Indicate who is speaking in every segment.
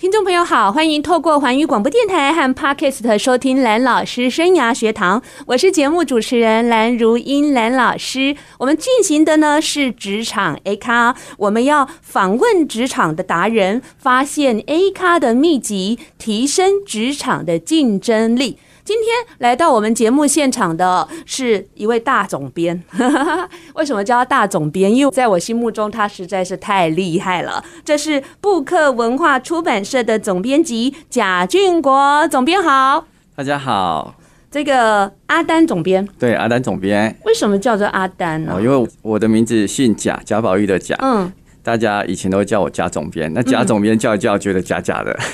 Speaker 1: 听众朋友好，欢迎透过环宇广播电台和 Podcast 收听蓝老师生涯学堂，我是节目主持人蓝如英蓝老师。我们进行的呢是职场 A 咖，我们要访问职场的达人，发现 A 咖的秘籍，提升职场的竞争力。今天来到我们节目现场的是一位大总编， 为什么叫他大总编？因为在我心目中他实在是太厉害了。这是布克文化出版社的总编辑贾俊国总编好，
Speaker 2: 大家好，
Speaker 1: 这个阿丹总编
Speaker 2: 对阿丹总编
Speaker 1: 为什么叫做阿丹呢、
Speaker 2: 哦，因为我的名字姓贾，贾宝玉的贾，
Speaker 1: 嗯，
Speaker 2: 大家以前都叫我贾总编。那贾总编叫一叫，觉得假假的。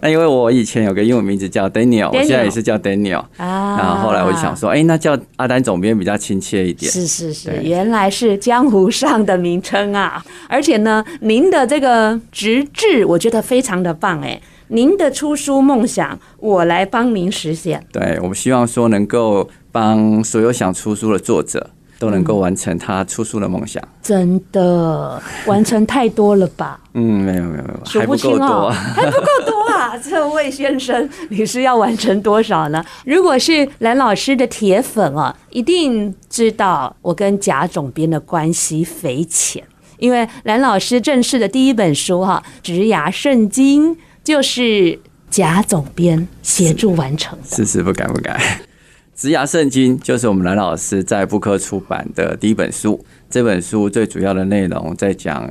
Speaker 2: 那因为我以前有个英文名字叫 Daniel，我现在也是叫 Daniel。
Speaker 1: 啊
Speaker 2: 然后后来我就想，说，哎、那叫阿丹总编比较亲切一点。
Speaker 1: 是是是，
Speaker 2: 对
Speaker 1: 原来是江湖上的名称啊！ 而且呢，您的这个直至，我觉得非常的棒哎。您的出书梦想，我来帮您实现。
Speaker 2: 对，我们希望说能够帮所有想出书的作者都能够完成他出书的梦想。
Speaker 1: 真的完成太多了吧？
Speaker 2: 嗯，没有没有没有，
Speaker 1: 数
Speaker 2: 还
Speaker 1: 不
Speaker 2: 不
Speaker 1: 清
Speaker 2: 够
Speaker 1: 哦，
Speaker 2: 多。
Speaker 1: 还不够多啊！这位先生，你是要完成多少呢？如果是蓝老师的铁粉啊，一定知道我跟贾总编的关系匪浅，因为蓝老师正式的第一本书哈、职涯圣经》就是贾总编协助完成的。
Speaker 2: 是是，不敢不敢。职涯圣经就是我们蓝老师在布克出版的第一本书。这本书最主要的内容在讲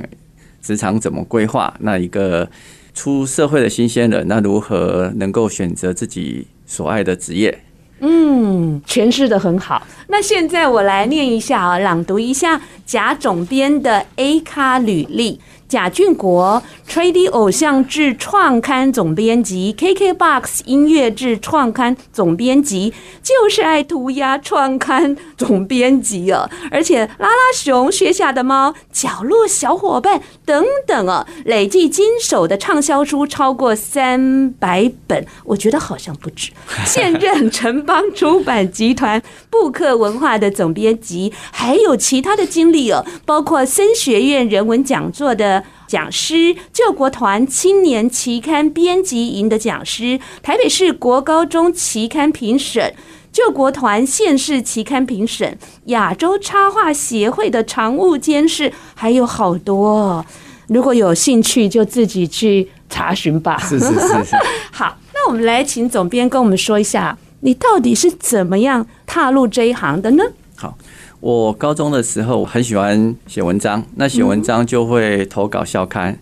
Speaker 2: 职场怎么规划，那一个出社会的新鲜人，那如何能够选择自己所爱的职业？
Speaker 1: 嗯，诠释的很好。那现在我来念一下啊，朗读一下贾总编的 A 咖履历。贾俊国 t r a d y 偶像志创刊总编辑，KKBOX 音乐志创刊总编辑，就是爱涂鸦创刊总编辑啊，而且拉拉熊、学下的猫、角落小伙伴等等啊，累计经手的畅销书超过三百本，我觉得好像不止。 现任城邦出版集团布克文化的总编辑，还有其他的经历哦，包括森学院人文讲座的。讲师、救国团青年期刊编辑营的讲师、台北市国高中期刊评审、救国团县市期刊评审、亚洲插画协会的常务监事，还有好多、哦。如果有兴趣，就自己去查询吧。
Speaker 2: 是是是是。
Speaker 1: 好，那我们来请总编跟我们说一下，你到底是怎么样踏入这一行的呢？
Speaker 2: 好，我高中的时候我很喜欢写文章，那写文章就会投稿校刊。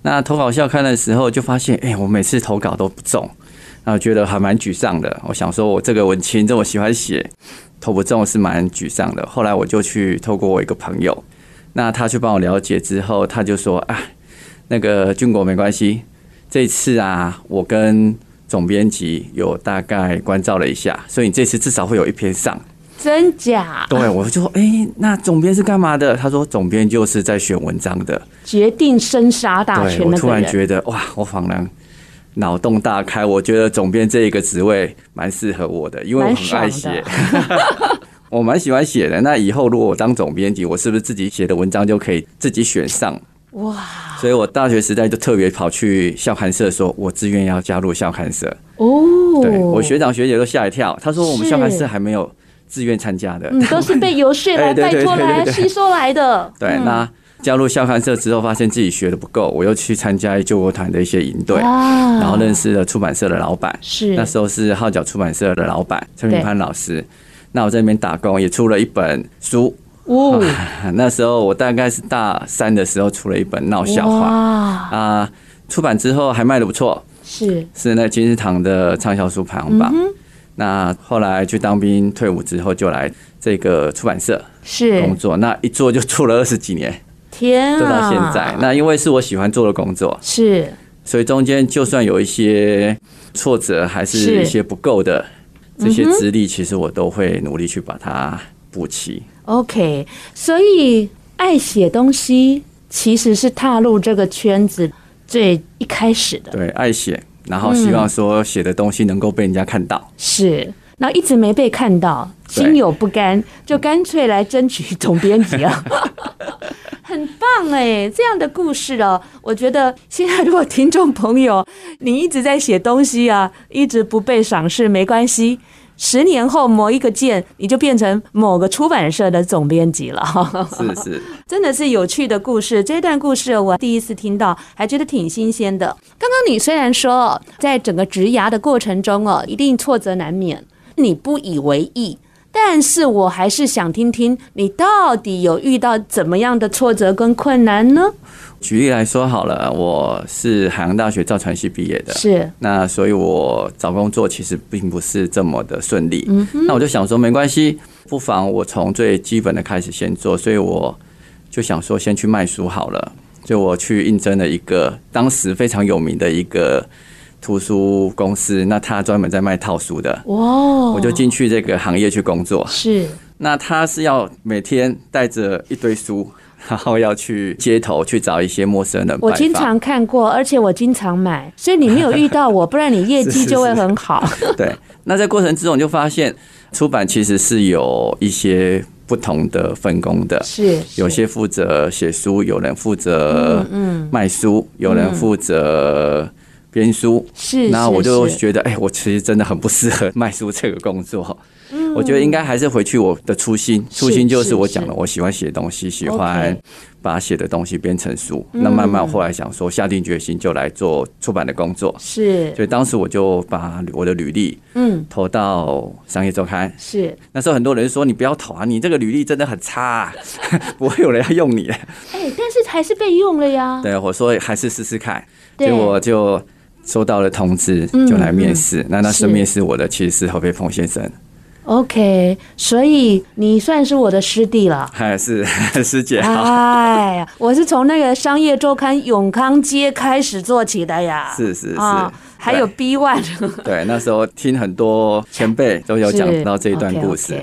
Speaker 2: 那投稿校刊的时候，就发现，哎、我每次投稿都不中，然后觉得还蛮沮丧的。我想说，我这个文青这么喜欢写，投不中是蛮沮丧的。后来我就去透过我一个朋友，那他去帮我了解之后，他就说啊，那个军国没关系，这次啊，我跟总编辑有大概关照了一下，所以你这次至少会有一篇上。
Speaker 1: 真假
Speaker 2: 对，我就说，哎、那总编是干嘛的？他说，总编就是在选文章的。
Speaker 1: 决定生杀大
Speaker 2: 对，
Speaker 1: 权
Speaker 2: 我
Speaker 1: 的
Speaker 2: 突
Speaker 1: 啊个
Speaker 2: 然
Speaker 1: 人，
Speaker 2: 觉得，哇，我恍然脑洞大开，我觉得总编这一个职位蛮适合我的，因为我
Speaker 1: 蛮
Speaker 2: 很
Speaker 1: 爽
Speaker 2: 爱
Speaker 1: 的
Speaker 2: 写。。 我蛮喜欢写的，那以后如果我当总编辑，我是不是自己写的文章就可以自己选上？
Speaker 1: 哇
Speaker 2: 所以我大学时代就特别跑去校刊社说，我自愿要加入校刊社。
Speaker 1: 哦，
Speaker 2: 对我学长学姐都吓一跳，他说我们校刊
Speaker 1: 是
Speaker 2: 社还没有自愿参加的，
Speaker 1: 嗯，都是被游说来、
Speaker 2: 哎 对
Speaker 1: 拜
Speaker 2: 对
Speaker 1: 托
Speaker 2: 对对
Speaker 1: 来、
Speaker 2: 对
Speaker 1: 吸收来的。
Speaker 2: 对，那加入校刊社之后，发现自己学的不够，我又去参加救国团的一些营队，
Speaker 1: 啊
Speaker 2: 然后认识了出版社的老板，
Speaker 1: 是
Speaker 2: 那时候是号角出版社的老板陈
Speaker 1: 对
Speaker 2: 品潘老师。那我在那边打工，也出了一本书。
Speaker 1: 哦，
Speaker 2: 那时候我大概是大三的时候出了一本闹笑话
Speaker 1: 哇，
Speaker 2: 啊、出版之后还卖的不错，
Speaker 1: 是
Speaker 2: 是那金石堂的畅销书排行榜。
Speaker 1: 嗯
Speaker 2: 那后来去当兵，退伍之后就来这个出版社工
Speaker 1: 是，
Speaker 2: 作，那一做就做了二十几年。
Speaker 1: 天啊，
Speaker 2: 做到现在。那因为是我喜欢做的工作，
Speaker 1: 是
Speaker 2: 所以中间就算有一些挫折，还
Speaker 1: 是
Speaker 2: 是一些不够的这些资历，其实我都会努力去把它补齐。
Speaker 1: OK，所以爱写东西其实是踏入这个圈子最一开始的。
Speaker 2: 对，爱写然后希望说写的东西能够被人家看到。
Speaker 1: 是，然后一直没被看到，
Speaker 2: 对
Speaker 1: 心有不甘，就干脆来争取总编辑啊。 很棒哎，这样的故事哦，我觉得现在如果听众朋友你一直在写东西啊，一直不被赏识没关系，十年后磨一个剑，你就变成某个出版社的总编辑了哈。
Speaker 2: 是是，
Speaker 1: 真的是有趣的故事。这段故事我第一次听到，还觉得挺新鲜的。刚刚你虽然说在整个植牙的过程中哦，一定挫折难免，你不以为意。但是我还是想听听你到底有遇到怎么样的挫折跟困难呢？
Speaker 2: 举例来说好了，我是海洋大学造船系毕业的，
Speaker 1: 是
Speaker 2: 那所以我找工作其实并不是这么的顺利。
Speaker 1: 嗯
Speaker 2: 那我就想说，没关系，不妨我从最基本的开始先做，所以我就想说先去卖书好了。就我去应征了一个当时非常有名的一个图书公司，那他专门在卖套书的，
Speaker 1: 哇，
Speaker 2: 我
Speaker 1: 我
Speaker 2: 就进去这个行业去工作。
Speaker 1: 是
Speaker 2: 那他是要每天带着一堆书，然后要去街头去找一些陌生人拜
Speaker 1: 我
Speaker 2: 访。
Speaker 1: 经常看过，而且我经常买，所以你没有遇到我，不然你 业绩就会很好。
Speaker 2: 对，那在过程之中你就发现，出版其实是有一些不同的分工的，
Speaker 1: 是
Speaker 2: 有些负责写书，有人负责
Speaker 1: 嗯
Speaker 2: 卖书，有人负责编书。
Speaker 1: 是，
Speaker 2: 那我
Speaker 1: 是
Speaker 2: 就是觉得，哎，我其实真的很不适合 卖书这个工作。我觉得应该还是回去我的初心，初心就是我讲
Speaker 1: 嗯是
Speaker 2: 了，我喜欢写东西，喜欢
Speaker 1: OK 嗯
Speaker 2: 把写的东西编成书。那慢慢后来想说，下定决心就来做出版的工作。
Speaker 1: 是
Speaker 2: 所以当时我就把我的履历
Speaker 1: 嗯
Speaker 2: 投到商业周刊。
Speaker 1: 是。
Speaker 2: 那时候很多人说你不要投啊，你这个履历真的很差、啊， 不会有人要用你。
Speaker 1: 哎、但是还是被用了呀。
Speaker 2: 对，我说还是试试看，
Speaker 1: 对
Speaker 2: 结果就收到了通知，
Speaker 1: 嗯
Speaker 2: 就来面试。那那
Speaker 1: 是
Speaker 2: 次面试我的其实是何飞鹏先生，。
Speaker 1: OK，所以你算是我的师弟了
Speaker 2: 还是 师姐啊好。
Speaker 1: 哎呀，我是从那个商业周刊《永康街》开始做起的呀。啊
Speaker 2: 是是是
Speaker 1: 还有 B One
Speaker 2: 对，那时候听很多前辈都有讲到这一段故事。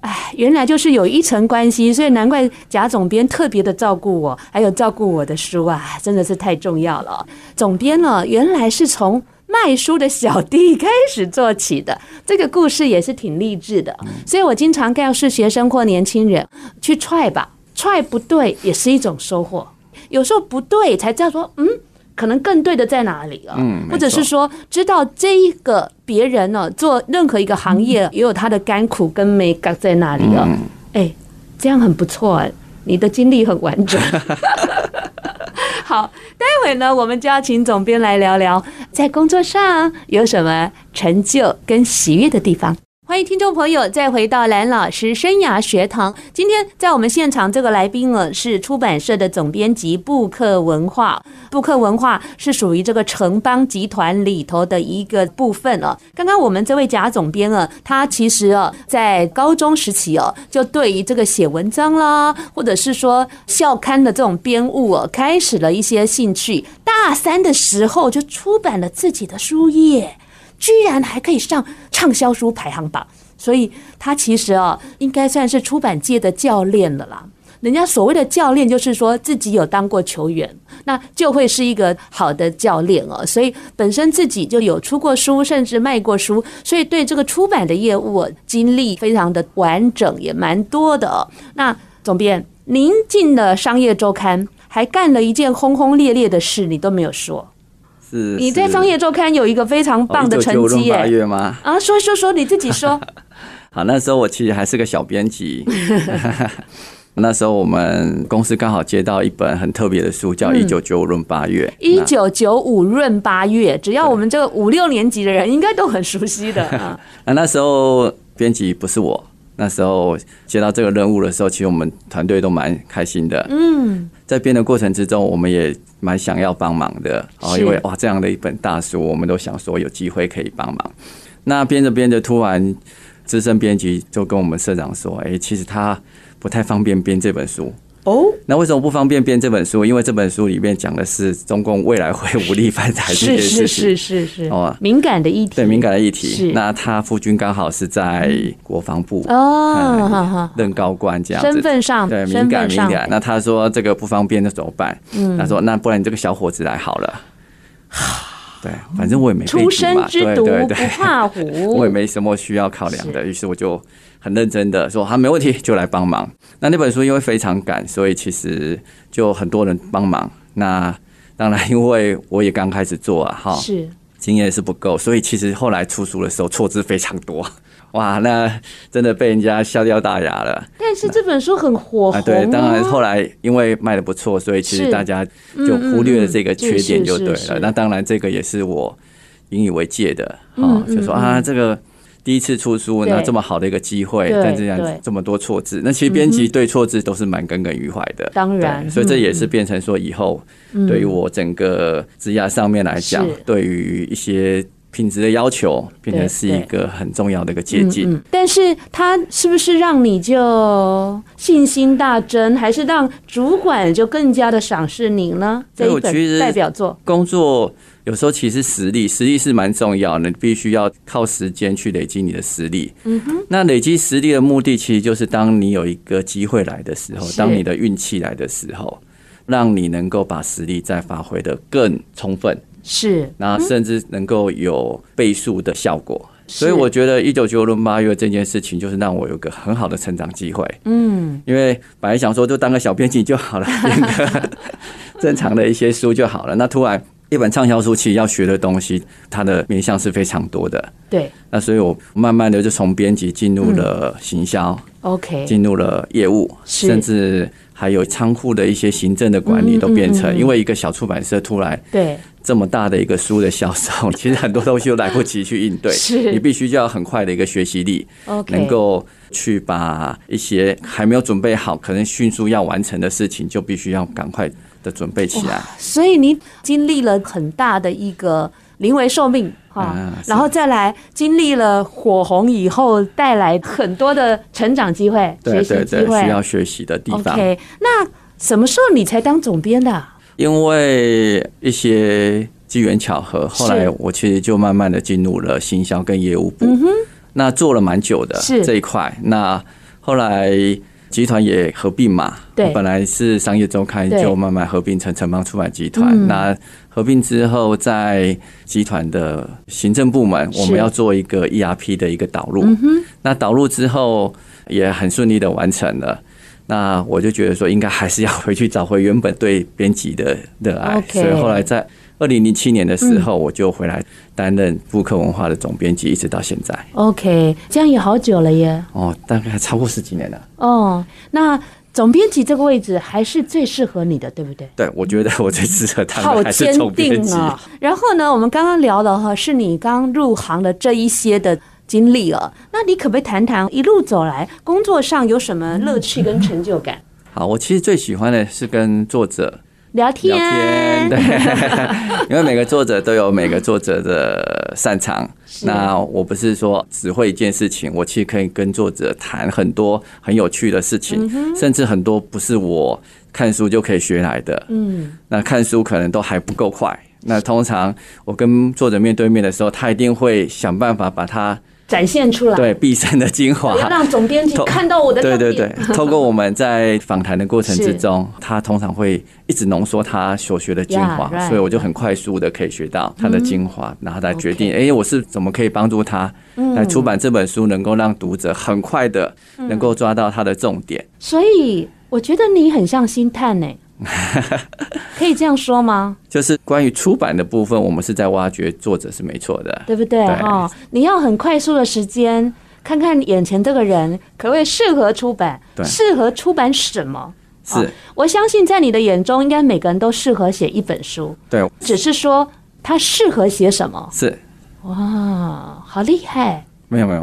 Speaker 1: 哎，原来就是有一层关系，所以难怪贾总编特别的照顾我，还有照顾我的书啊，真的是太重要了。总编呢，原来是从卖书的小弟开始做起的，这个故事也是挺励志的。
Speaker 2: 嗯
Speaker 1: 所以我经常告诉学生或年轻人，去踹吧，踹不对也是一种收获。有时候不对才知道说，嗯，可能更对的在哪里啊？
Speaker 2: 嗯没错
Speaker 1: 或者是说知道这一个别人呢、做任何一个行业也有他的甘苦跟美感在哪里啊？
Speaker 2: 嗯
Speaker 1: 哎、这样很不错、哎，你的经历很完 整。好，待会呢，我们就要请总编来聊聊在工作上有什么成就跟喜悦的地方。欢迎听众朋友再回到蓝老师生涯学堂。今天在我们现场这个来宾呢，是出版社的总编辑布克文化。布克文化是属于这个城邦集团里头的一个部分哦。刚刚我们这位贾总编啊，他其实啊，在高中时期哦、就对于这个写文章啦，或者是说校刊的这种编务哦、开始了一些兴趣。大三的时候就出版了自己的书页。居然还可以上畅销书排行榜，所以他其实啊，应该算是出版界的教练了啦。人家所谓的教练，就是说自己有当过球员，那就会是一个好的教练哦。所以本身自己就有出过书，甚至卖过书，所以对这个出版的业务哦经历非常的完整，也蛮多的哦。那总编，您进了商业周刊，还干了一件轰轰烈烈的事，你都没有说。
Speaker 2: 是哦
Speaker 1: 你在商业周刊有一个非常棒的成绩耶、
Speaker 2: 八月吗？
Speaker 1: 啊，说说说你自己说，
Speaker 2: 好， 那时候我其实还是个小编辑。那时候我们公司刚好接到一本很特别的书，叫《一九九五闰八月》。
Speaker 1: 一
Speaker 2: 那
Speaker 1: 九九五闰八月，只要我们这个五六年级的人，应该都很熟悉 的啊。
Speaker 2: 那那时候编辑不是我，那时候接到这个任务的时候，其实我们团队都蛮开心的。
Speaker 1: 嗯，
Speaker 2: 在编的过程之中，我们也蛮想要帮忙的，哦，
Speaker 1: 是
Speaker 2: 因为哇，这样的一本大书，我们都想说有机会可以帮忙。那编着编着，突然资深编辑就跟我们社长说：“哎、其实他不太方便编这本书。”
Speaker 1: 哦，
Speaker 2: 那为什么不方便编这本书？因为这本书里面讲的是中共未来会武力犯台这
Speaker 1: 是
Speaker 2: 件事
Speaker 1: 是
Speaker 2: 情。
Speaker 1: 是是是
Speaker 2: 哦，
Speaker 1: 敏感的议题，
Speaker 2: 对敏感的议
Speaker 1: 是
Speaker 2: 题，那他夫君刚好是在国防部
Speaker 1: 哦，
Speaker 2: 嗯
Speaker 1: 哈哈，
Speaker 2: 任高官这样子，
Speaker 1: 身份上，
Speaker 2: 对，
Speaker 1: 身
Speaker 2: 敏感
Speaker 1: 份
Speaker 2: 敏
Speaker 1: 上，嗯
Speaker 2: 感。那 他说这个不方便，那怎么办？他说那不然你这个小伙子来好了。对，反正我也没背景
Speaker 1: 出生
Speaker 2: 嘛
Speaker 1: 之
Speaker 2: 对
Speaker 1: 毒
Speaker 2: 对
Speaker 1: 不
Speaker 2: 对，
Speaker 1: 怕虎。
Speaker 2: 我也没什么需要考量的，于是我就很认真的说：“好，没问题，就来帮忙。”那那本书因为非常赶，所以其实就很多人帮忙。那当然，因为我也刚开始做啊，哈，
Speaker 1: 是
Speaker 2: 经验是不够，所以其实后来出书的时候错字非常多，哇，那真的被人家笑掉大牙了。
Speaker 1: 但是这本书很火红、
Speaker 2: 啊，
Speaker 1: 哦
Speaker 2: 对，当然后来因为卖的不错，所以其
Speaker 1: 是
Speaker 2: 实大家就忽略了这个缺点就
Speaker 1: 嗯
Speaker 2: 对
Speaker 1: 嗯嗯是是
Speaker 2: 了。
Speaker 1: 是
Speaker 2: 那当然这个也是我引以为戒的
Speaker 1: 嗯
Speaker 2: 啊，
Speaker 1: 嗯
Speaker 2: 就说啊这个。第一次出书，
Speaker 1: 对
Speaker 2: 那这么好的一个机会，
Speaker 1: 对
Speaker 2: 但这样
Speaker 1: 对嗯
Speaker 2: 这么多错字，那其实编辑对错字都是蛮耿耿于怀的。
Speaker 1: 当然嗯
Speaker 2: 对所以这也是变成说以后对于我整个职涯上面来讲
Speaker 1: 是，
Speaker 2: 对于一些品质的要求，变成是一个很重要的一个捷径。
Speaker 1: 嗯，但是它是不是让你就信心大增，还是让主管就更加的赏识你呢？这
Speaker 2: 对
Speaker 1: 一
Speaker 2: 我其
Speaker 1: 本
Speaker 2: 实
Speaker 1: 代表作，
Speaker 2: 工作有时候其实实力，实力是蛮重要的，你必须要靠时间去累积你的实力。嗯哼，那累积实力的目的，其实就是当你有一个机会来的时候，
Speaker 1: 是
Speaker 2: 当你的运气来的时候，让你能够把实力再发挥的更充分，
Speaker 1: 是
Speaker 2: 那甚至能够有倍数的效果。
Speaker 1: 是
Speaker 2: 所以我觉得一九九六八月这件事情，就是让我有个很好的成长机会。
Speaker 1: 嗯，
Speaker 2: 因为本来想说就当个小编辑 就好了，编个正常的一些书就好了。那突然一本畅销书，其实要学的东西，它的面向是非常多的。
Speaker 1: 对
Speaker 2: 那所以我慢慢的就从编辑进入了行销，
Speaker 1: ，OK，
Speaker 2: 进入了业务，
Speaker 1: 嗯是
Speaker 2: 甚至还有仓库的一些行政的管
Speaker 1: 嗯
Speaker 2: 理，
Speaker 1: 嗯
Speaker 2: 都变
Speaker 1: 嗯
Speaker 2: 成
Speaker 1: 嗯
Speaker 2: 因为一个小出版社突然
Speaker 1: 对，
Speaker 2: 这么大的一个书的销售， 其实很多东西都来不及去应对，
Speaker 1: 是
Speaker 2: 你必须就要很快的一个学习力。
Speaker 1: OK，
Speaker 2: 能够去把一些还没有准备好，可能迅速要完成的事情，就必须要赶快的准备起来。
Speaker 1: 所以你经历了很大的一个临危受命哈、
Speaker 2: 啊是
Speaker 1: 然后再来经历了火红以后，带来很多的成长机会、
Speaker 2: 对
Speaker 1: 学习
Speaker 2: 对
Speaker 1: 机
Speaker 2: 对，
Speaker 1: 会。
Speaker 2: 需要学习的地方。
Speaker 1: OK，那什么时候你才当总编的啊、
Speaker 2: 因为一些机缘巧合，后来
Speaker 1: 是
Speaker 2: 我其实就慢慢的进入了行销跟业务部，那做了蛮久的
Speaker 1: 嗯是
Speaker 2: 这一块。那后来集团也合并嘛，
Speaker 1: 对
Speaker 2: 我本来是商业周刊
Speaker 1: 对嗯
Speaker 2: 就慢慢合并成城邦出版集团。那合并之后，在集团的行政部门，
Speaker 1: 是嗯
Speaker 2: 我们要做一个 ERP 的一个导入。那导入之后也很顺利的完成了。那我就觉得说，应该还是要回去找回原本对编辑的热爱
Speaker 1: OK 嗯
Speaker 2: 所以后来在二零零七年的时候，我就回来担任布克文化的总编辑，一直到现在
Speaker 1: o k 这样也好久了耶。
Speaker 2: 哦，大概超过十几年了。
Speaker 1: 哦，那总编辑这个位置还是最适合你的，对不对？
Speaker 2: 对，我觉得我最适合当
Speaker 1: 好
Speaker 2: 的还是
Speaker 1: 坚
Speaker 2: 总编
Speaker 1: 定
Speaker 2: 辑。
Speaker 1: 啊！然后呢，我们刚刚聊了哈，是你刚入行的这一些的经历哦。那你可不可以谈谈一路走来工作上有什么乐趣跟成就感？
Speaker 2: 好，我其实最喜欢的是跟作者
Speaker 1: 聊
Speaker 2: 嗯聊
Speaker 1: 天，
Speaker 2: 天，对，因为每个作者都有每个作者的擅长。那我不是说只会一件事情，我其实可以跟作者谈很多很有趣的事情，甚至很多不是我看书就可以学来的。
Speaker 1: 嗯，
Speaker 2: 那看书可能都还不够快。那通常我跟作者面对面的时候，他一定会想办法把他
Speaker 1: 展现出来，
Speaker 2: 对毕生的精华，
Speaker 1: 要让总编辑
Speaker 2: 透
Speaker 1: 看到我的
Speaker 2: 对
Speaker 1: 亮
Speaker 2: 对
Speaker 1: 点。
Speaker 2: 对，透过我们在访谈的 过程之中，他通常会一直浓缩他所学的精华
Speaker 1: Yeah, 嗯 right.
Speaker 2: 所以我就很快速的可以学到他的精华然后来决定，哎、我是怎么可以帮助他
Speaker 1: 嗯
Speaker 2: 来出版这本书，能够让读者很快的能够抓到他的重点。
Speaker 1: 所以我觉得你很像星探 呢、可以这样说吗？
Speaker 2: 就是关于出版的部分，我们是在挖掘作者是没错的，
Speaker 1: 对不对？
Speaker 2: 对
Speaker 1: 哈、你要很快速的时间看看眼前这个人可不可以适合出版，
Speaker 2: 对
Speaker 1: 适合出版什么？
Speaker 2: 是、
Speaker 1: 哦我相信在你的眼中，应该每个人都适合写一本书，
Speaker 2: 对，
Speaker 1: 只是说他适合写什么。
Speaker 2: 是
Speaker 1: 哇，啊好厉害！
Speaker 2: 没有没有，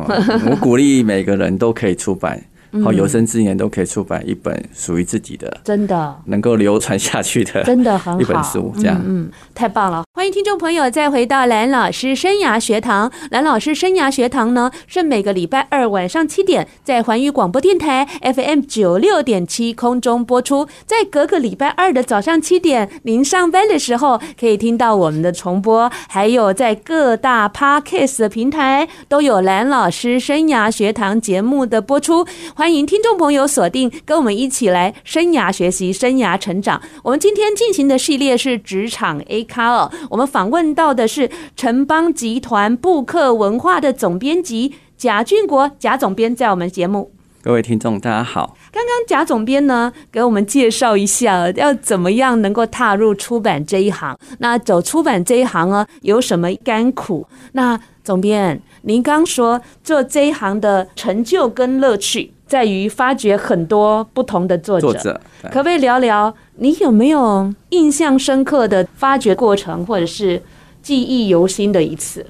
Speaker 2: 没有我鼓励每个人都可以出版，
Speaker 1: 嗯
Speaker 2: 好有生之年都可以出版一本属于自己的。
Speaker 1: 真的。
Speaker 2: 能够流传下去的
Speaker 1: 真的很好，
Speaker 2: 一本书这样
Speaker 1: 嗯嗯，太棒了！欢迎听众朋友再回到蓝老师生涯学堂。蓝老师生涯学堂呢，是每个礼拜二晚上七点在环宇广播电台 FM 九六点七空中播出，在隔个礼拜二的早上七点，您上班的时候可以听到我们的重播，还有在各大 Podcast 的平台都有蓝老师生涯学堂节目的播出。欢迎听众朋友锁定，跟我们一起来生涯学习、生涯成长。我们今天进行的系列是职场 A 咖哦，我们访问到的是城邦集团布克文化的总编辑贾俊国，贾总编在我们节目。
Speaker 2: 各位听众，大家好。
Speaker 1: 刚刚贾总编呢，给我们介绍一下要怎么样能够踏入出版这一行。那走出版这一行呢，有什么甘苦？那总编，您刚说做这一行啊的成就跟乐趣，在于发掘很多不同的作者。
Speaker 2: 作者，对
Speaker 1: 可不可以聊聊你有没有印象深刻的发掘过程，或者是记忆犹新的一次？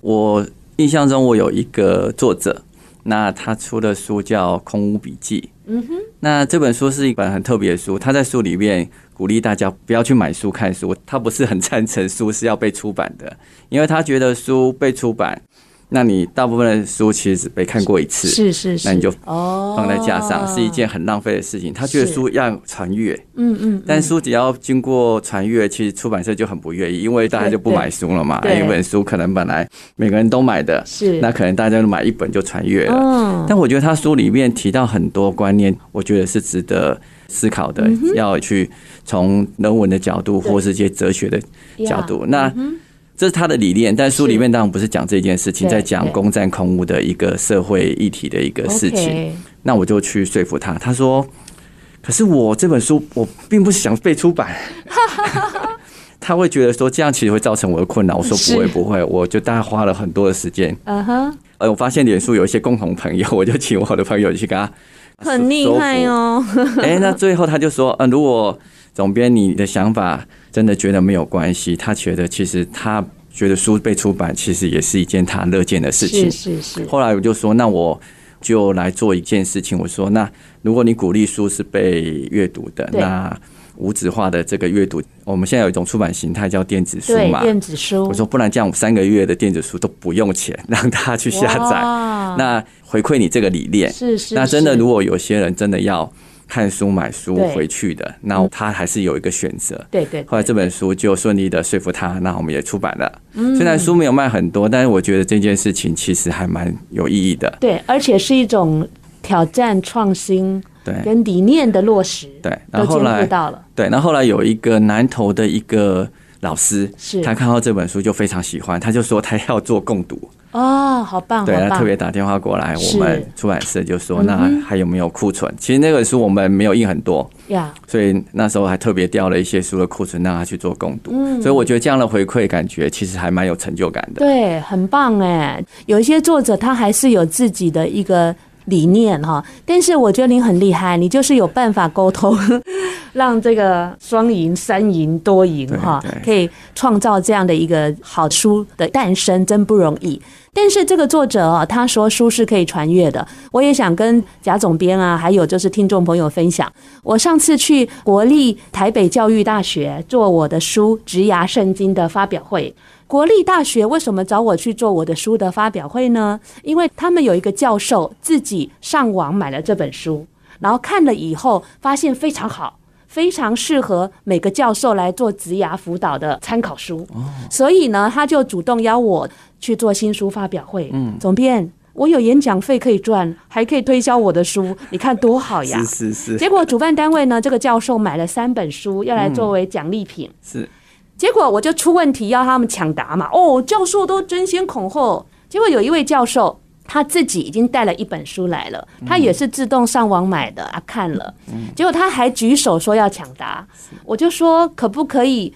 Speaker 2: 我印象中我有一个作者，那他出的书叫《空屋笔记》。
Speaker 1: 嗯哼，
Speaker 2: 那这本书是一本很特别的书，他在书里面鼓励大家不要去买书看书，他不是很赞成书是要被出版的，因为他觉得书被出版，那你大部分的书其实只被看过一次，
Speaker 1: 是是是，
Speaker 2: 那你就
Speaker 1: 哦
Speaker 2: 放在架上是一件很浪费的事情。他觉得
Speaker 1: 是
Speaker 2: 书要传阅，
Speaker 1: 嗯嗯，
Speaker 2: 但书只要经过传阅，其实出版社就很不愿意，因为大家就不买书了嘛。
Speaker 1: 对对
Speaker 2: 一本书可能本来每个人都买的，
Speaker 1: 是
Speaker 2: 那可能大家都买一本就传阅了。
Speaker 1: 嗯
Speaker 2: 但我觉得他书里面提到很多观念，我觉得是值得思考的，要去从人文的角度
Speaker 1: 嗯对嗯
Speaker 2: 或是一些哲学的角
Speaker 1: 呀
Speaker 2: 度。那这是他的理念，但书里面当然不是讲这件事情，
Speaker 1: 对
Speaker 2: 在讲
Speaker 1: 对
Speaker 2: 攻占空屋的一个社会议题的一个事情。
Speaker 1: OK
Speaker 2: 那我就去说服他，他说：“可是我这本书我并不想被 出版。” 他会觉得说这样其实会造成我的困扰。我说
Speaker 1: 是
Speaker 2: 不会不会，我就大概花了很多的时间。
Speaker 1: 嗯哼，
Speaker 2: 呃，我发现脸书有一些共同朋友，我就请我的朋友去跟他
Speaker 1: 很厉害。哦，
Speaker 2: 说服哎、那最后他就说，嗯、如果总编你的想法真的觉得没有关系，他觉得其实他觉得书被出版其实也是一件他乐见的事情
Speaker 1: 是。是是，
Speaker 2: 后来我就说，那我就来做一件事情。我说，那如果你鼓励书是被阅读的，
Speaker 1: 对
Speaker 2: 那无纸化的这个阅读，我们现在有一种出版形态叫电子书
Speaker 1: 对
Speaker 2: 嘛。
Speaker 1: 电子书，
Speaker 2: 我说，不然这样，我们三个月的电子书都不用钱，让大家去下 载，
Speaker 1: 哇
Speaker 2: 那回馈你这个理念。
Speaker 1: 啊是是，
Speaker 2: 那真的，
Speaker 1: 是
Speaker 2: 如果有些人真的要看书、买书
Speaker 1: 对嗯
Speaker 2: 回去的，那他还是有一个选择。
Speaker 1: 对对，
Speaker 2: 后来这本书就顺利的说服他，那我们也出版了。
Speaker 1: 嗯
Speaker 2: 虽然书没有卖很多，但是我觉得这件事情其实还蛮有意义的。
Speaker 1: 对，而且是一种挑战、创新
Speaker 2: 对
Speaker 1: 跟理念的落实，
Speaker 2: 对，
Speaker 1: 都
Speaker 2: 然后后
Speaker 1: 兼顾
Speaker 2: 来
Speaker 1: 到了，
Speaker 2: 对，然后后来有一个南投的一个老师
Speaker 1: 是，
Speaker 2: 他看到这本书就非常喜欢，他就说他要做共读，
Speaker 1: 哦，好棒，
Speaker 2: 对，
Speaker 1: 好
Speaker 2: 他
Speaker 1: 棒，
Speaker 2: 特别打电话过来，
Speaker 1: 是
Speaker 2: 我们出版社就说那还有没有库存？其实那本书我们没有印很多，
Speaker 1: 呀，
Speaker 2: 所以那时候还特别调了一些书的库存让他去做共读，
Speaker 1: 嗯
Speaker 2: 所以我觉得这样的回馈感觉其实还蛮有成就感的。
Speaker 1: 对，很棒哎。有一些作者他还是有自己的一个理念哈，但是我觉得您很厉害，你就是有办法沟通， 让这个双赢、三赢、多赢
Speaker 2: 对
Speaker 1: 哈
Speaker 2: 对，
Speaker 1: 可以创造这样的一个好书的诞生，真不容易。但是这个作者啊，他说书是可以传阅的，我也想跟贾总编啊，还有就是听众朋友分享。我上次去国立台北教育大学做我的书《职涯圣经》的发表会。国立大学为什么找我去做我的书的发表会呢？因为他们有一个教授自己上网买了这本书，然后看了以后发现非常好，非常适合每个教授来做职涯辅导的参考书。
Speaker 2: 哦
Speaker 1: 所以呢，他就主动邀我去做新书发表会。嗯，总编，我有演讲费可以赚，还可以推销我的 书，你看多好呀！
Speaker 2: 是是是
Speaker 1: 结果主办单位呢，这个教授买了三本书，要来
Speaker 2: 嗯
Speaker 1: 作为奖励品。
Speaker 2: 是，
Speaker 1: 结果我就出问题，要他们抢答嘛。哦，教授都争先恐后。结果有一位教授，他自己已经带了一本书来了，他也是自动上网买的啊，看了。结果他还举手说要抢答，我就说可不可以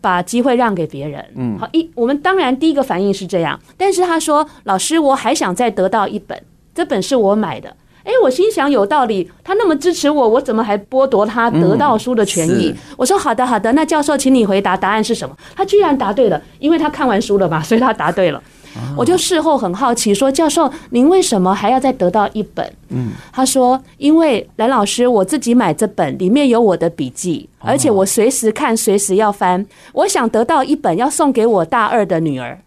Speaker 1: 把机会让给别人？嗯，好，一我们当然第一个反应是这样，但是他说老师，我还想再得到一本，这本是我买的。哎，我心想有道理，他那么支持我，我怎么还剥夺他得到书的权益？
Speaker 2: 是
Speaker 1: 我说好的好的，那教授，请你回答答案是什么？他居然答对了，因为他看完书了嘛，所以他答对了。我就事后很好奇说，教授，您为什么还要再得到一本？嗯，他说，因为蓝老师我自己买这本，里面有我的笔记，而且我随时看，随时要翻。我想得到一本，要送给我大二的女儿，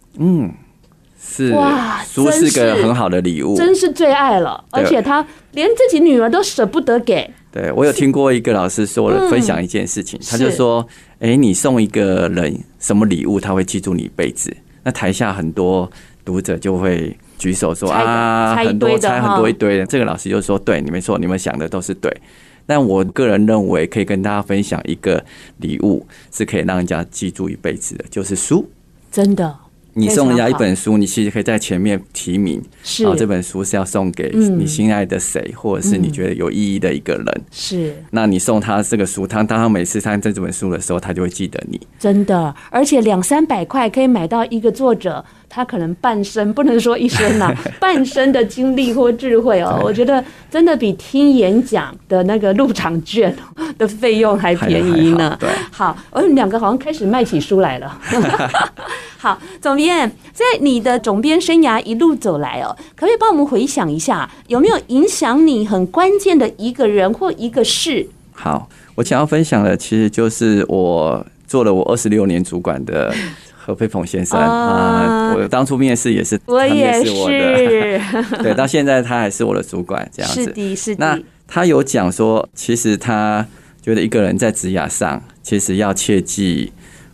Speaker 2: 是
Speaker 1: 哇
Speaker 2: 书
Speaker 1: 真
Speaker 2: 是个
Speaker 1: 是
Speaker 2: 很好的礼物。
Speaker 1: 真是最爱了。
Speaker 2: 哦对
Speaker 1: 而且她连自己女儿都舍不得给，
Speaker 2: 对我有听过一个老师说了分享一件事情，他就是说：“哎、你送一个人什么礼物，他会记住你一辈子。”那台下很多读者就会举手说：“
Speaker 1: 猜
Speaker 2: 啊，
Speaker 1: 猜一
Speaker 2: 很多
Speaker 1: 堆的
Speaker 2: 猜
Speaker 1: 哈
Speaker 2: 很多一堆的。”这个老师就说：“对，你没错，你们想的都是对。”但我个人认为，可以跟大家分享一个礼物，是可以让人家记住一辈子的，就是书。
Speaker 1: 真的。
Speaker 2: 你送人家
Speaker 1: 非
Speaker 2: 一
Speaker 1: 常
Speaker 2: 本书，你其实可以在前面提名，
Speaker 1: 是
Speaker 2: 然后这本书是要送给
Speaker 1: 嗯
Speaker 2: 你心爱的谁，或者是你觉得有意义的一个人。
Speaker 1: 是
Speaker 2: 那你送他这个书，他当他每次看这本书的时候，他就会记得你。
Speaker 1: 真的，而且两三百块可以买到一个作者，他可能半生不能说一生 啦、半生的经历或智慧哦，我觉得真的比听演讲的那个入场券的费用还
Speaker 2: 还
Speaker 1: 便宜
Speaker 2: 还好
Speaker 1: 呢。
Speaker 2: 对
Speaker 1: 好，我们两个好像开始卖起书来 了。好，总编，在你的总编生涯一路走来哦，可不可以帮我们回想一下，有没有影响你很关键的一个人或一个事？
Speaker 2: 好，我想要分享的其实就是我做了我二十六年主管的何飞鹏先生
Speaker 1: 啊
Speaker 2: 啊、我当初面试也是，
Speaker 1: 我
Speaker 2: 他面
Speaker 1: 也
Speaker 2: 试我的，
Speaker 1: 是，
Speaker 2: 对，到现在他还是我的主管这样
Speaker 1: 是
Speaker 2: 子。
Speaker 1: 的，是
Speaker 2: 那
Speaker 1: 的，
Speaker 2: 他有讲说，其实他觉得一个人在职涯上，其实要切记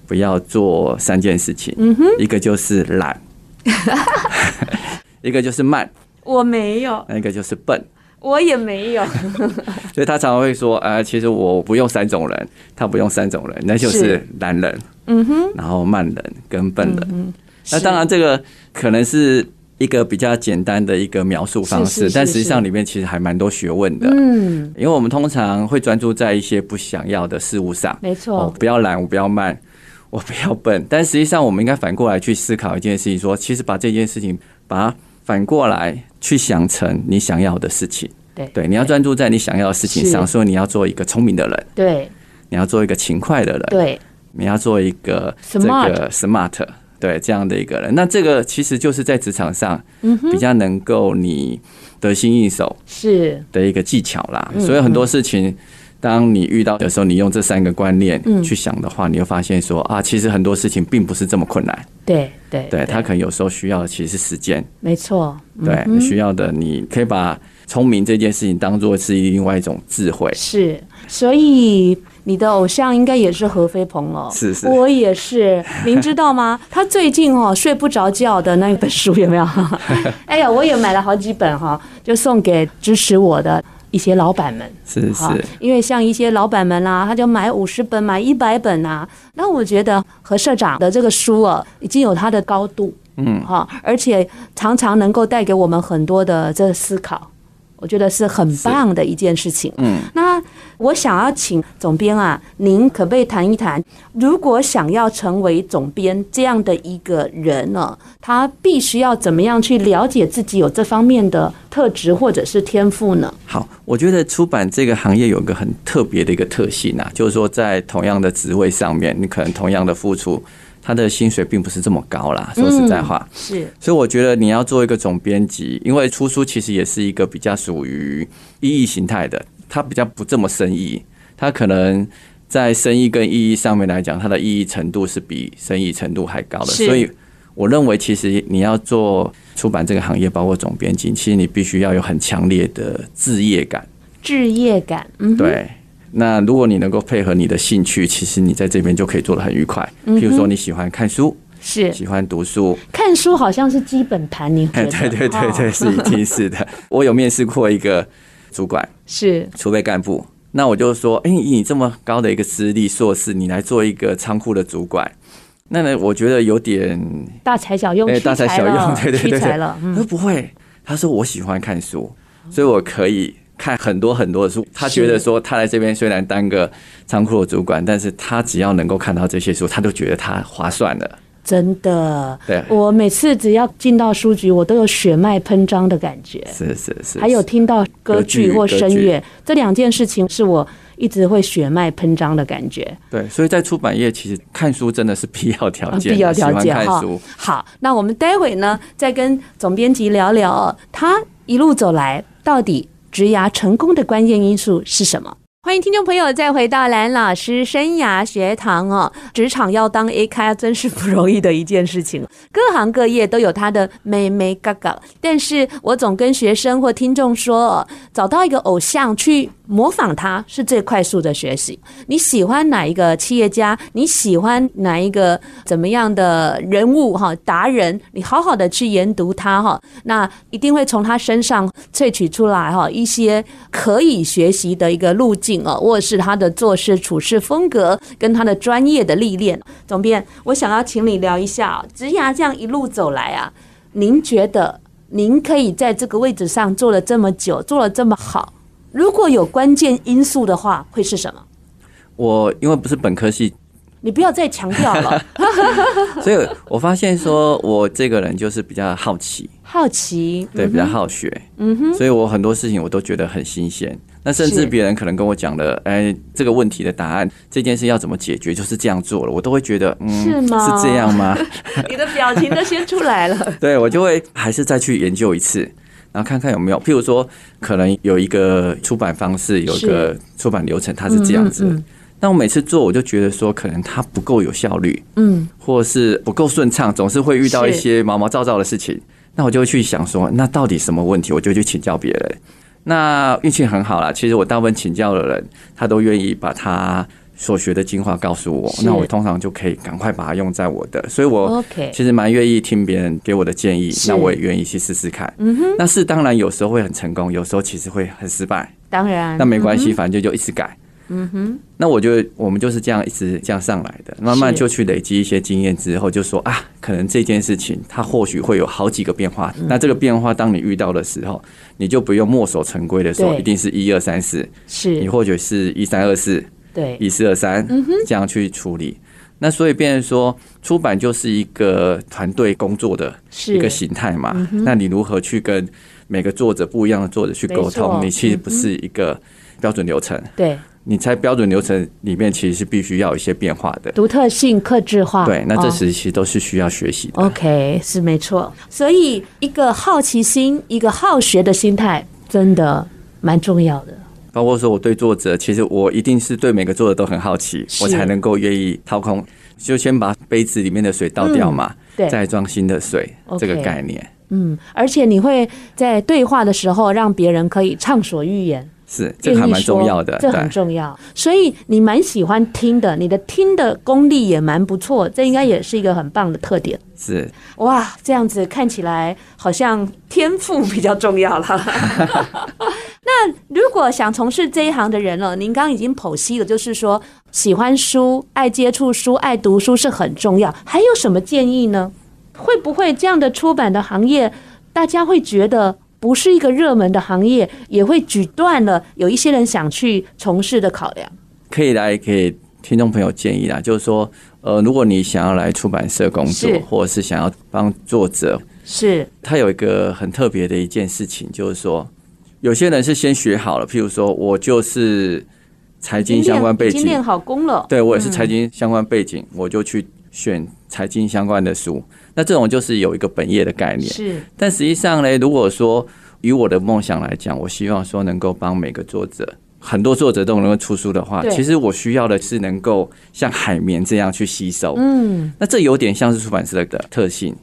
Speaker 2: 不要做三件事情，
Speaker 1: 嗯哼，
Speaker 2: 一个就是 懒，一个就是慢，
Speaker 1: 我没有，
Speaker 2: 那一个就是笨。
Speaker 1: 我也没有，
Speaker 2: 所以他常常会说，呃，其实我不用三种人，他不用三种人，那就是
Speaker 1: 是
Speaker 2: 懒人，
Speaker 1: 嗯哼，嗯
Speaker 2: 然后慢人跟笨人。那
Speaker 1: 是
Speaker 2: 当然，这个可能是一个比较简单的一个描述方
Speaker 1: 是是
Speaker 2: 式，
Speaker 1: 是
Speaker 2: 但实际
Speaker 1: 是
Speaker 2: 上里面其实还蛮多学问的。
Speaker 1: 嗯，
Speaker 2: 因为我们通常会专注在一些不想要的事物上，
Speaker 1: 没错
Speaker 2: 哦，不要懒，我不要慢， 我不要笨。但实际上，我们应该反过来去思考一件事情说其实把这件事情把它反过来去想成你想要的事情。
Speaker 1: 对
Speaker 2: 对，你要专注在你想要的事情上，
Speaker 1: 是
Speaker 2: 所以你要做一个聪明的人，
Speaker 1: 对
Speaker 2: 你要做一个勤快的人，
Speaker 1: 对，
Speaker 2: 你要做一个这
Speaker 1: Smart
Speaker 2: 个 smart，对这样的一个人。那这个其实就是在职场上
Speaker 1: 嗯
Speaker 2: 比较能够你得心应手，
Speaker 1: 是
Speaker 2: 的一个技巧啦。所以很多事情，当你遇到的时候，你用这三个观念去想的话，你会发现说啊，其实很多事情并不是这么困难。
Speaker 1: 对对
Speaker 2: 对，嗯它可能有时候需要的其实是时间，
Speaker 1: 没错，
Speaker 2: 对，需要的你可以把聪明这件事情当做是另外一种智慧。
Speaker 1: 是，所以你的偶像应该也是何飞鹏哦，
Speaker 2: 是是
Speaker 1: 我也是。您知道吗？他最近哦睡不着觉的那本书 有没有？哎呀，我也买了好几本哈、就送给支持我的一些老板们。
Speaker 2: 是
Speaker 1: 哈
Speaker 2: 是，
Speaker 1: 啊因为像一些老板们啦、他就买五十本、买一百本啊。那我觉得何社长的这个书啊，已经有它的高度，嗯，哈，而且常常能够带给我们很多的这个思考，我觉得是很棒的一件事情。
Speaker 2: 嗯，
Speaker 1: 那我想要请总编啊，您可不可以谈一谈，如果想要成为总编这样的一个人呢、他必须要怎么样去了解自己有这方面的特质或者是天赋呢？
Speaker 2: 好，我觉得出版这个行业有一个很特别的一个特性啊，就是说在同样的职位上面，你可能同样的付出，他的薪水并不是这么高啦。说实在话，
Speaker 1: 是
Speaker 2: 所以我觉得你要做一个总编辑，因为出书其实也是一个比较属于意义形态的，它比较不这么生意，它可能在生意跟意义上面来讲，它的意义程度是比生意程度还高的，
Speaker 1: 是
Speaker 2: 所以。我认为，其实你要做出版这个行业，包括总编辑，其实你必须要有很强烈的置业感。
Speaker 1: 置业感，嗯哼，
Speaker 2: 对，那如果你能够配合你的兴趣，其实你在这边就可以做得很愉快。
Speaker 1: 嗯
Speaker 2: 譬如说，你喜欢看书，
Speaker 1: 是
Speaker 2: 喜欢读书，
Speaker 1: 看书好像是基本盘，您觉
Speaker 2: 哎，
Speaker 1: 得？
Speaker 2: 对对对对，
Speaker 1: 哦
Speaker 2: 是一定是的。我有面试过一个主管、
Speaker 1: 是
Speaker 2: 储备干部，那我就说，哎、以你这么高的一个资历硕士，你来做一个仓库的主管，那呢，我觉得有点，
Speaker 1: 大材小用，
Speaker 2: 哎
Speaker 1: 哦屈
Speaker 2: 大材小用
Speaker 1: 了
Speaker 2: 对对对
Speaker 1: 屈才
Speaker 2: 对
Speaker 1: 了，
Speaker 2: 他
Speaker 1: 嗯，
Speaker 2: 说不会，他说我喜欢看书，所以我可以。看很多很多的书，他觉得说他来这边虽然当个仓库的主管，但是他只要能够看到这些书，他都觉得他划算了。
Speaker 1: 真的。
Speaker 2: 对
Speaker 1: 我每次只要进到书局，我都有血脉喷张的感觉，
Speaker 2: 是是是，
Speaker 1: 还有听到歌
Speaker 2: 歌
Speaker 1: 剧
Speaker 2: 剧
Speaker 1: 或
Speaker 2: 歌
Speaker 1: 声
Speaker 2: 剧
Speaker 1: 乐，这两件事情是我一直会血脉喷张的感觉。
Speaker 2: 对，所以在出版业其实看书真的是必要条件
Speaker 1: 啊
Speaker 2: 的，
Speaker 1: 必要条
Speaker 2: 喜
Speaker 1: 件
Speaker 2: 欢
Speaker 1: 哈
Speaker 2: 看书。。
Speaker 1: 好，那我们待会呢，再跟总编辑聊聊哦他一路走来到底职涯成功的关键因素是什么。欢迎听众朋友再回到蓝老师生涯学堂哦。职场要当 A 咖真是不容易的一件事情，各行各业都有它的美美嘎嘎。但是我总跟学生或听众说、哦，找到一个偶像去模仿他是最快速的学习。你喜欢哪一个企业家？你喜欢哪一个怎么样的人物哈达人？你好好的去研读他哈，那一定会从他身上萃取出来哈一些可以学习的一个路径哦，或者是他的做事处事风格跟他的专业的历练。总编，我想要请你聊一下哦，职涯这样一路走来啊，您觉得您可以在这个位置上做了这么久，做了这么好，如果有关键因素的话，会是什么？
Speaker 2: 我因为不是本科系，
Speaker 1: 你不要再强调了，
Speaker 2: 所以我发现说我这个人就是比较好奇，
Speaker 1: 好奇，
Speaker 2: 对，比较好学，嗯哼，所以我很多事情我都觉得很新鲜。那甚
Speaker 1: 是
Speaker 2: 至别人可能跟我讲了，哎，这个问题的答案，这件事要怎么解决，就是这样做了，我都会觉得，嗯，
Speaker 1: 是吗
Speaker 2: 这样吗？
Speaker 1: 你的表情都先出来了，
Speaker 2: 对我就会还是再去研究一次，然后看看有没有，譬如说，可能有一个出版方式，有一个出版流程，它是这样
Speaker 1: 嗯
Speaker 2: 子的。但我每次做，我就觉得说，可能它不够有效率，
Speaker 1: 嗯，
Speaker 2: 或是不够顺畅，总是会遇到一
Speaker 1: 是
Speaker 2: 些毛毛躁躁的事情。那我就会去想说，那到底什么问题？我就去请教别人。那运气很好啦，其实我大部分请教的人，他都愿意把他所学的精华告诉我，
Speaker 1: 是
Speaker 2: 那我通常就可以赶快把它用在我的，所以我
Speaker 1: OK
Speaker 2: 其实蛮愿意听别人给我的建议，
Speaker 1: 是
Speaker 2: 那我也愿意去试试看。嗯哼，那是当然有时候会很成功，有时候其实会很失败，
Speaker 1: 当然，
Speaker 2: 那没关系，反正就就一直改。嗯嗯哼，那我就我们就是这样一直这样上来的，慢慢
Speaker 1: 是
Speaker 2: 就去累积一些经验之后，就说啊，可能这件事情它或许会有好几个变化。那这个变化，当你遇到的时候，你就不用墨守成规的说
Speaker 1: 对
Speaker 2: 一定是一二三四，你
Speaker 1: 是，
Speaker 2: 或许是一三二四，
Speaker 1: 对，
Speaker 2: 一四二三
Speaker 1: 嗯
Speaker 2: 这样去处理。那所以变成说，出版就是一个团队工作的
Speaker 1: 是嗯
Speaker 2: 一个形态嘛。那你如何去跟每个作者不一样的作者去沟
Speaker 1: 没错嗯
Speaker 2: 通？你其实不是一个标准流程，
Speaker 1: 对，
Speaker 2: 你在标准流程里面其实是必须要有一些变化的。
Speaker 1: 独特性、克制化，
Speaker 2: 对，那这
Speaker 1: 哦
Speaker 2: 时其实都是需要学习的。
Speaker 1: OK，是没错。所以一个好奇心，一个好学的心态，真的蛮重要的。
Speaker 2: 包括说我对作者，其实我一定是对每个作者都很好奇，
Speaker 1: 是
Speaker 2: 我才能够愿意掏空，就先把杯子里面的水倒掉嘛，
Speaker 1: 嗯对
Speaker 2: 再装新的水，这个
Speaker 1: OK
Speaker 2: 概念
Speaker 1: 嗯，而且你会在对话的时候让别人可以畅所欲言，
Speaker 2: 是这个还
Speaker 1: 愿意
Speaker 2: 蛮重
Speaker 1: 说
Speaker 2: 要的。
Speaker 1: 这
Speaker 2: 对
Speaker 1: 很重要。所以你蛮喜欢听的，你的听的功力也蛮不错，这应该也是一个很棒的特点。
Speaker 2: 是，
Speaker 1: 哇，这样子看起来好像天赋比较重要了。 那如果想从事这一行的人了，您刚刚已经剖析了，就是说喜欢书、爱接触书、爱读书是很重要。还有什么建议呢？会不会这样的出版的行业，大家会觉得不是一个热门的行业，也会举断了有一些人想去从事的考量？
Speaker 2: 可以来给听众朋友建议啦，就是说，呃，如果你想要来出版社工作
Speaker 1: 是，
Speaker 2: 或者是想要帮作者，
Speaker 1: 是
Speaker 2: 他有一个很特别的一件事情，就是说，有些人是先学好了，譬如说我就是财
Speaker 1: 已
Speaker 2: 经相关背
Speaker 1: 已经练
Speaker 2: 景，
Speaker 1: 好嗯功了。
Speaker 2: 对我也是财经相关背景，我就去选财经相关的书，那这种就是有一个本业的概念。
Speaker 1: 是
Speaker 2: 但实际上呢，如果说以我的梦想来讲，我希望说能够帮每个作者，很多作者都能够出书的话，
Speaker 1: 对
Speaker 2: 其实我需要的是能够像海绵这样去吸收。
Speaker 1: 嗯，
Speaker 2: 那这有点像是出版社的特性。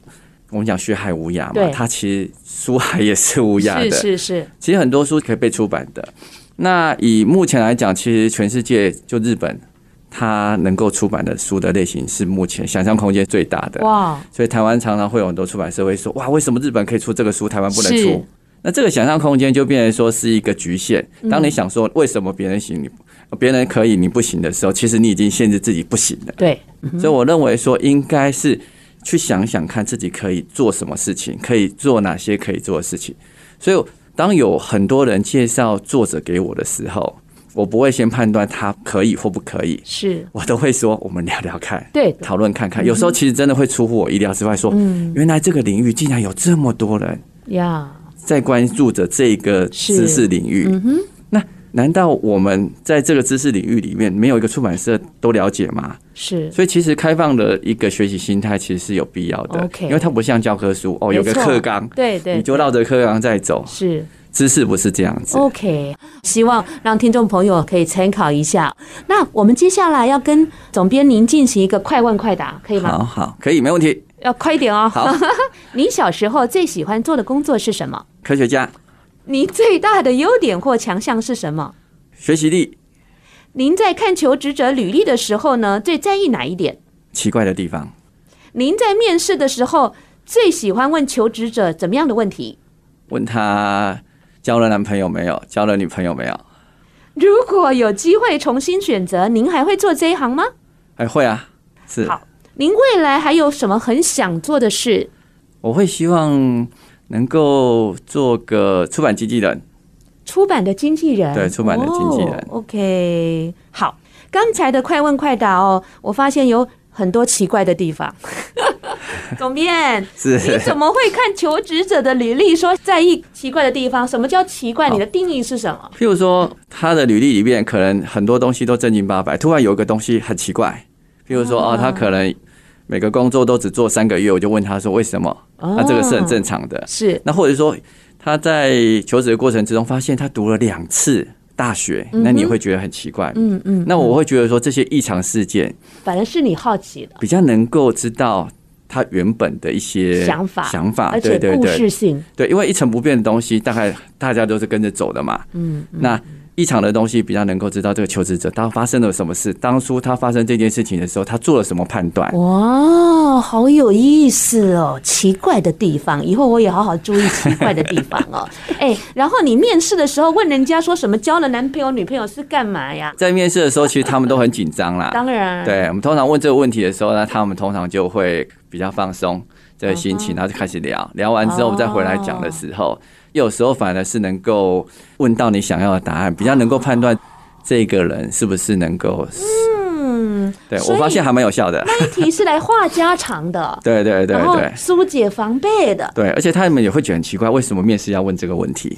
Speaker 2: 我们讲学海无涯
Speaker 1: 对
Speaker 2: 嘛，它其实书海也是无涯
Speaker 1: 是
Speaker 2: 的。
Speaker 1: 是是，
Speaker 2: 其实很多书可以被出版的。那以目前来讲，其实全世界就日本，它能够出版的书的类型是目前想象空间最大的。
Speaker 1: 哇，
Speaker 2: 所以台湾常常会有很多出版社会说，哇，为什么日本可以出这个书，台湾不能
Speaker 1: 是
Speaker 2: 出？那这个想象空间就变成说是一个局限。当你想说为什么别人行你，别人可以你不行的时候，其实你已经限制自己不行了。
Speaker 1: 对。
Speaker 2: 所以我认为说应该是去想想看自己可以做什么事情，可以做哪些可以做的事情。所以当有很多人介绍作者给我的时候，我不会先判断他可以或不可以，
Speaker 1: 是
Speaker 2: 我都会说我们聊聊看。
Speaker 1: 对的，
Speaker 2: 讨论看
Speaker 1: 嗯
Speaker 2: 看，有时候其实真的会出乎我意料之外，说原来这个领域竟然有这么多人
Speaker 1: 呀，
Speaker 2: 在关注着这个
Speaker 1: 是嗯
Speaker 2: 知识领域。那难道我们在这个知识领域里面没有一个出版社都了解吗？
Speaker 1: 是
Speaker 2: 所以其实开放的一个学习心态其实是有必要的
Speaker 1: OK
Speaker 2: 因为它不像教科书哦，有个
Speaker 1: 没错
Speaker 2: 课纲，
Speaker 1: 对对
Speaker 2: 你就绕着课纲在走，
Speaker 1: 是
Speaker 2: 知识不是这样子。
Speaker 1: OK，希望让听众朋友可以参考一下。那我们接下来要跟总编您进行一个快问快答，可以吗？
Speaker 2: 好好，可以，没问题。
Speaker 1: 要快一点哦。
Speaker 2: 好，
Speaker 1: 您小时候最喜欢做的工作是什么？
Speaker 2: 科学家，
Speaker 1: 你最大的优点或强项是什么？
Speaker 2: 学习力
Speaker 1: 您在看求职者履历的时候呢，最在意哪一点？
Speaker 2: 奇怪的地方，
Speaker 1: 您在面试的时候最喜欢问求职者怎么样的问题？
Speaker 2: 问他交了男朋友没有，交了女朋友没有，
Speaker 1: 如果有机会重新选择，您还会做这一行吗？
Speaker 2: 还会啊，是
Speaker 1: 好您未来还有什么很想做的事？
Speaker 2: 我会希望能够做个出版经纪人，
Speaker 1: 出版的经纪人，
Speaker 2: 对出版的经纪人
Speaker 1: 哦 OK，好，刚才的快问快答哦，我发现有很多奇怪的地方。 总编，
Speaker 2: 是
Speaker 1: 你怎么会看求职者的履历说在意奇怪的地方？什么叫奇怪？你的定义是什么？
Speaker 2: 譬如说，他的履历里面可能很多东西都正经八百，突然有一个东西很奇怪，譬如说，哦，他可能每个工作都只做三个月，我就问他说为什么？
Speaker 1: 哦
Speaker 2: 那这个是很正常的。
Speaker 1: 是
Speaker 2: 那或者说，他在求职的过程之中发现他读了两次大学，那你也会觉得很奇怪。
Speaker 1: 嗯嗯，
Speaker 2: 那我会觉得说，这些异常事件
Speaker 1: 反正是你好奇的，
Speaker 2: 比较能够知道他原本的一些
Speaker 1: 想法
Speaker 2: 呃想法，
Speaker 1: 而且
Speaker 2: 对对
Speaker 1: 故
Speaker 2: 对，
Speaker 1: 事性。
Speaker 2: 对，因为一成不变的东西，大概大家都是跟着走的嘛。嗯，那异常的东西比较能够知道这个求职者他发生了什么事，当初他发生这件事情的时候，他做了什么判断。
Speaker 1: 哦哇，好有意思哦！奇怪的地方，以后我也好好注意奇怪的地方 哦。哎、然后你面试的时候问人家说什么交了男朋友、女朋友是干嘛呀？
Speaker 2: 在面试的时候，其实他们都很紧 张啦。
Speaker 1: 当然，，
Speaker 2: 啊对我们通常问这个问题的时候呢，他们通常就会比较放松这个心
Speaker 1: 嗯
Speaker 2: 情，然后就开始聊。聊完之后，我们再回来讲的时
Speaker 1: 哦
Speaker 2: 候，有时候反而是能够问到你想要的答案，比较能够判断这个人是不是能够。
Speaker 1: 嗯，
Speaker 2: 对
Speaker 1: 所
Speaker 2: 我
Speaker 1: 以
Speaker 2: 发现还蛮有效的。，
Speaker 1: 这一题是来话家常的
Speaker 2: 对 对对
Speaker 1: 然后
Speaker 2: 对。
Speaker 1: 疏解防备的。
Speaker 2: 对，而且他们也会觉得很奇怪，为什么面试要问这个问题？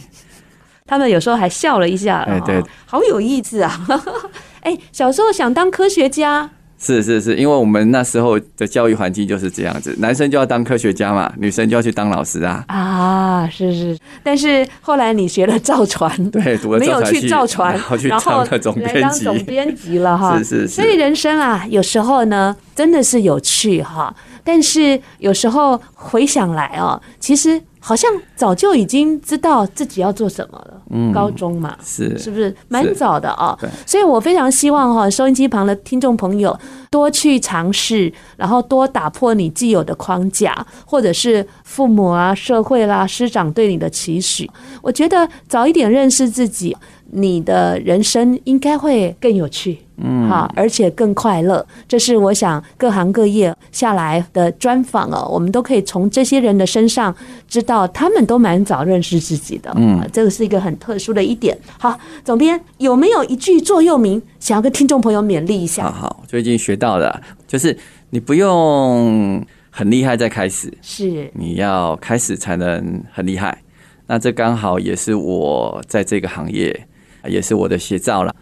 Speaker 1: 他们有时候还笑了一下，
Speaker 2: 哎对
Speaker 1: 哦好有意思啊！ 哎、小时候想当科学家，
Speaker 2: 是是是，因为我们那时候的教育环境就是这样子，男生就要当科学家嘛，女生就要去当老师啊。
Speaker 1: 啊，是是，但是后来你学了造船，
Speaker 2: 对，读了
Speaker 1: 没有
Speaker 2: 造船
Speaker 1: 去
Speaker 2: 系
Speaker 1: 造船，
Speaker 2: 然后去
Speaker 1: 然后
Speaker 2: 当了总
Speaker 1: 来
Speaker 2: 编
Speaker 1: 当
Speaker 2: 辑。
Speaker 1: 总编辑了哈。
Speaker 2: 是是是
Speaker 1: 所以人生啊，有时候呢，真的是有趣哈，但是有时候回想来哦，其实好像早就已经知道自己要做什么了。嗯，高中嘛，
Speaker 2: 是
Speaker 1: 是不是蛮早的哦
Speaker 2: 对？
Speaker 1: 所以我非常希望哈、收音机旁的听众朋友多去尝试，然后多打破你既有的框架，或者是父母啊、社会啦、师长对你的期许。我觉得早一点认识自己，你的人生应该会更有趣。嗯，好，而且更快乐，这是我想各行各业下来的专访哦，我们都可以从这些人的身上知道，他们都蛮早认识自己的，嗯，这个是一个很特殊的一点。好，总编有没有一句座右铭想要跟听众朋友勉励一
Speaker 2: 好
Speaker 1: 下？
Speaker 2: 好，最近学到的就是你不用很厉害再开始，
Speaker 1: 是
Speaker 2: 你要开始才能很厉害。那这刚好也是我在这个行业，也是我的写照了，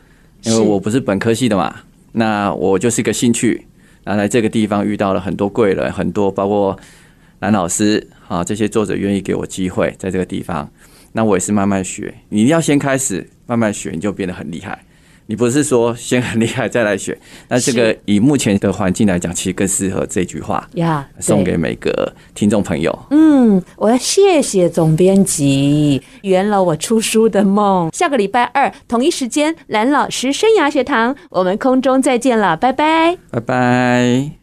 Speaker 2: 因为
Speaker 1: 是
Speaker 2: 我不是本科系的嘛，那我就是个兴趣。那来这个地方遇到了很多贵人，很多包括蓝老师啊，这些作者愿意给我机会在这个地方，那我也是慢慢学。你一定要先开始，慢慢学，你就变得很厉害。你不是说先很厉害再来学，那这个
Speaker 1: 是
Speaker 2: 以目前的环境来讲，其实更适合这句话。
Speaker 1: 呀，对
Speaker 2: 送给每个听众朋友。
Speaker 1: 嗯，我要谢谢总编辑圆了我出书的梦。下个礼拜二同一时间，蓝老师生涯学堂，我们空中再见了，拜拜。
Speaker 2: 拜拜。